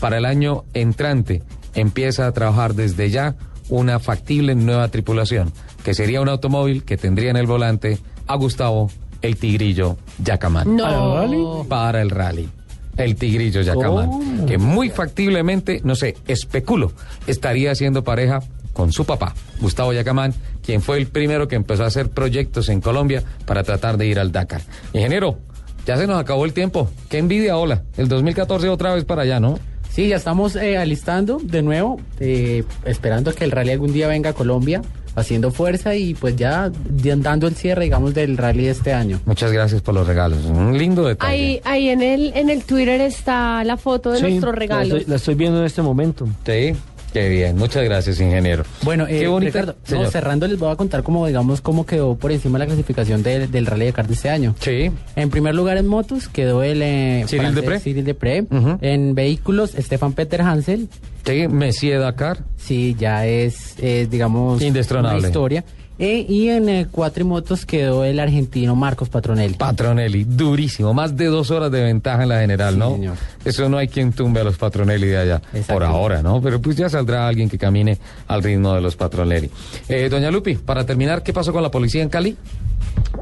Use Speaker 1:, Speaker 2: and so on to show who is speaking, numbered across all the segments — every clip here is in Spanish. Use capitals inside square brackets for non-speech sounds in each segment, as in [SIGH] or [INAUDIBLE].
Speaker 1: para el año entrante empieza a trabajar desde ya una factible nueva tripulación, que sería un automóvil que tendría en el volante a Gustavo el Tigrillo Yacamán.
Speaker 2: ¿Para el
Speaker 1: No. Para el rally. El Tigrillo Yacamán,
Speaker 2: Oh.
Speaker 1: que muy factiblemente, no sé, especulo, estaría haciendo pareja con su papá, Gustavo Yacamán, quien fue el primero que empezó a hacer proyectos en Colombia para tratar de ir al Dakar. Ingeniero, ya se nos acabó el tiempo. Qué envidia, hola. El 2014 otra vez para allá, ¿no?
Speaker 2: Sí, ya estamos eh, alistando de nuevo, eh, esperando que el rally algún día venga a Colombia, haciendo fuerza y pues ya di- dando el cierre, digamos, del rally de este año.
Speaker 1: Muchas gracias por los regalos. Un lindo detalle.
Speaker 3: Ahí, ahí en el en el Twitter está la foto de
Speaker 4: Sí,
Speaker 3: nuestros
Speaker 4: La
Speaker 3: regalos.
Speaker 4: estoy, la estoy viendo en este momento.
Speaker 1: Sí, qué bien. Muchas gracias, ingeniero.
Speaker 2: Bueno, eh,
Speaker 1: qué bonita-
Speaker 2: Ricardo, no,
Speaker 1: señor.
Speaker 2: cerrando les voy a contar cómo, digamos, cómo quedó por encima la clasificación del, del rally de car de este año.
Speaker 1: Sí,
Speaker 2: En primer lugar en motos quedó el eh,
Speaker 1: Cyril
Speaker 2: francés
Speaker 1: Depré.
Speaker 2: Cyril Depré.
Speaker 1: Ujú.
Speaker 2: En vehículos, Stefan Peter Hansel.
Speaker 1: sí, Messier Dakar.
Speaker 2: Sí, ya es, es, digamos,
Speaker 1: Indestronable.
Speaker 2: una historia. Eh, y en eh, cuatrimotos quedó el argentino Marcos Patronelli.
Speaker 1: Patronelli, durísimo, más de dos horas de ventaja en la general,
Speaker 2: Sí,
Speaker 1: ¿no?
Speaker 2: señor.
Speaker 1: Eso no hay quien tumbe a los Patronelli de allá,
Speaker 2: Exacto.
Speaker 1: por ahora, ¿no? Pero pues ya saldrá alguien que camine al ritmo de los Patronelli. Eh, Doña Lupi, para terminar, ¿qué pasó con la policía en
Speaker 2: [LAUGHS]
Speaker 1: Cali?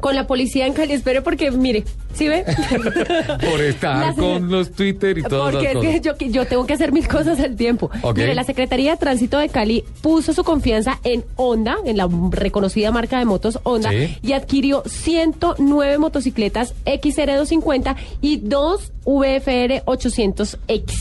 Speaker 3: Con la policía en Cali, espero porque mire, ¿sí ve?
Speaker 1: Por estar
Speaker 3: La señora-
Speaker 1: con los Twitter y todas las
Speaker 3: Porque es
Speaker 1: cosas.
Speaker 3: que yo, que yo tengo que hacer mil cosas al tiempo.
Speaker 1: Ok.
Speaker 3: Mire, la Secretaría de Tránsito de Cali puso su confianza en Honda, en la reconocida marca de motos Honda,
Speaker 1: Sí.
Speaker 3: y adquirió 109 motocicletas XR250 y dos VFR800X,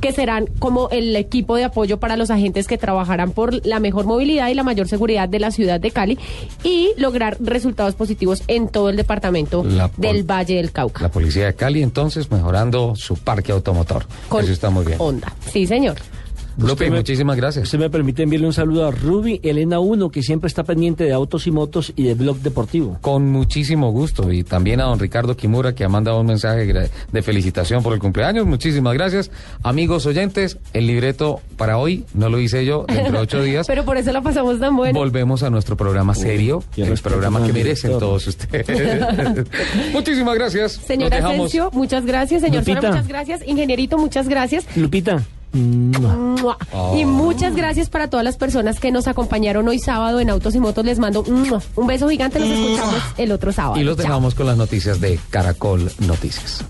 Speaker 3: que serán como el equipo de apoyo para los agentes que trabajarán por la mejor movilidad y la mayor seguridad de la ciudad de Cali y lograr resultados positivos en todo el departamento
Speaker 1: La pol-
Speaker 3: del Valle del Cauca.
Speaker 1: La policía de Cali, entonces, mejorando su parque automotor.
Speaker 3: Con
Speaker 1: Eso está muy bien.
Speaker 3: Honda. Sí, señor. Pues
Speaker 1: Lupi,
Speaker 4: Usted me-
Speaker 1: muchísimas gracias.
Speaker 4: Usted me permite enviarle un saludo a Ruby Elena 1, que siempre está pendiente de autos y motos y de blog deportivo.
Speaker 1: Con muchísimo gusto. Y también a don Ricardo Kimura, que ha mandado un mensaje gra- de felicitación por el cumpleaños. Muchísimas gracias. Amigos oyentes, el libreto para hoy no lo hice yo, dentro de
Speaker 3: [LAUGHS]
Speaker 1: ocho días.
Speaker 3: Pero por eso la pasamos tan buena.
Speaker 1: Volvemos a nuestro programa serio,
Speaker 4: qué
Speaker 1: el
Speaker 4: respeto
Speaker 1: programa
Speaker 4: con
Speaker 1: que
Speaker 4: el
Speaker 1: merecen
Speaker 4: director.
Speaker 1: todos ustedes. [LAUGHS] Muchísimas gracias. Nos
Speaker 3: Señor
Speaker 1: dejamos.
Speaker 3: Asensio, muchas gracias. Señor Sora,
Speaker 4: Lupita.
Speaker 3: muchas gracias. Ingenierito, muchas gracias.
Speaker 4: Lupita. ¡mua!
Speaker 3: ¡Mua!
Speaker 1: Oh.
Speaker 3: Y muchas gracias para todas las personas que nos acompañaron hoy sábado en Autos y Motos. Les mando ¡mua! un beso gigante. Los escuchamos el otro sábado.
Speaker 1: Y los
Speaker 3: Chao.
Speaker 1: dejamos con las noticias de Caracol Noticias.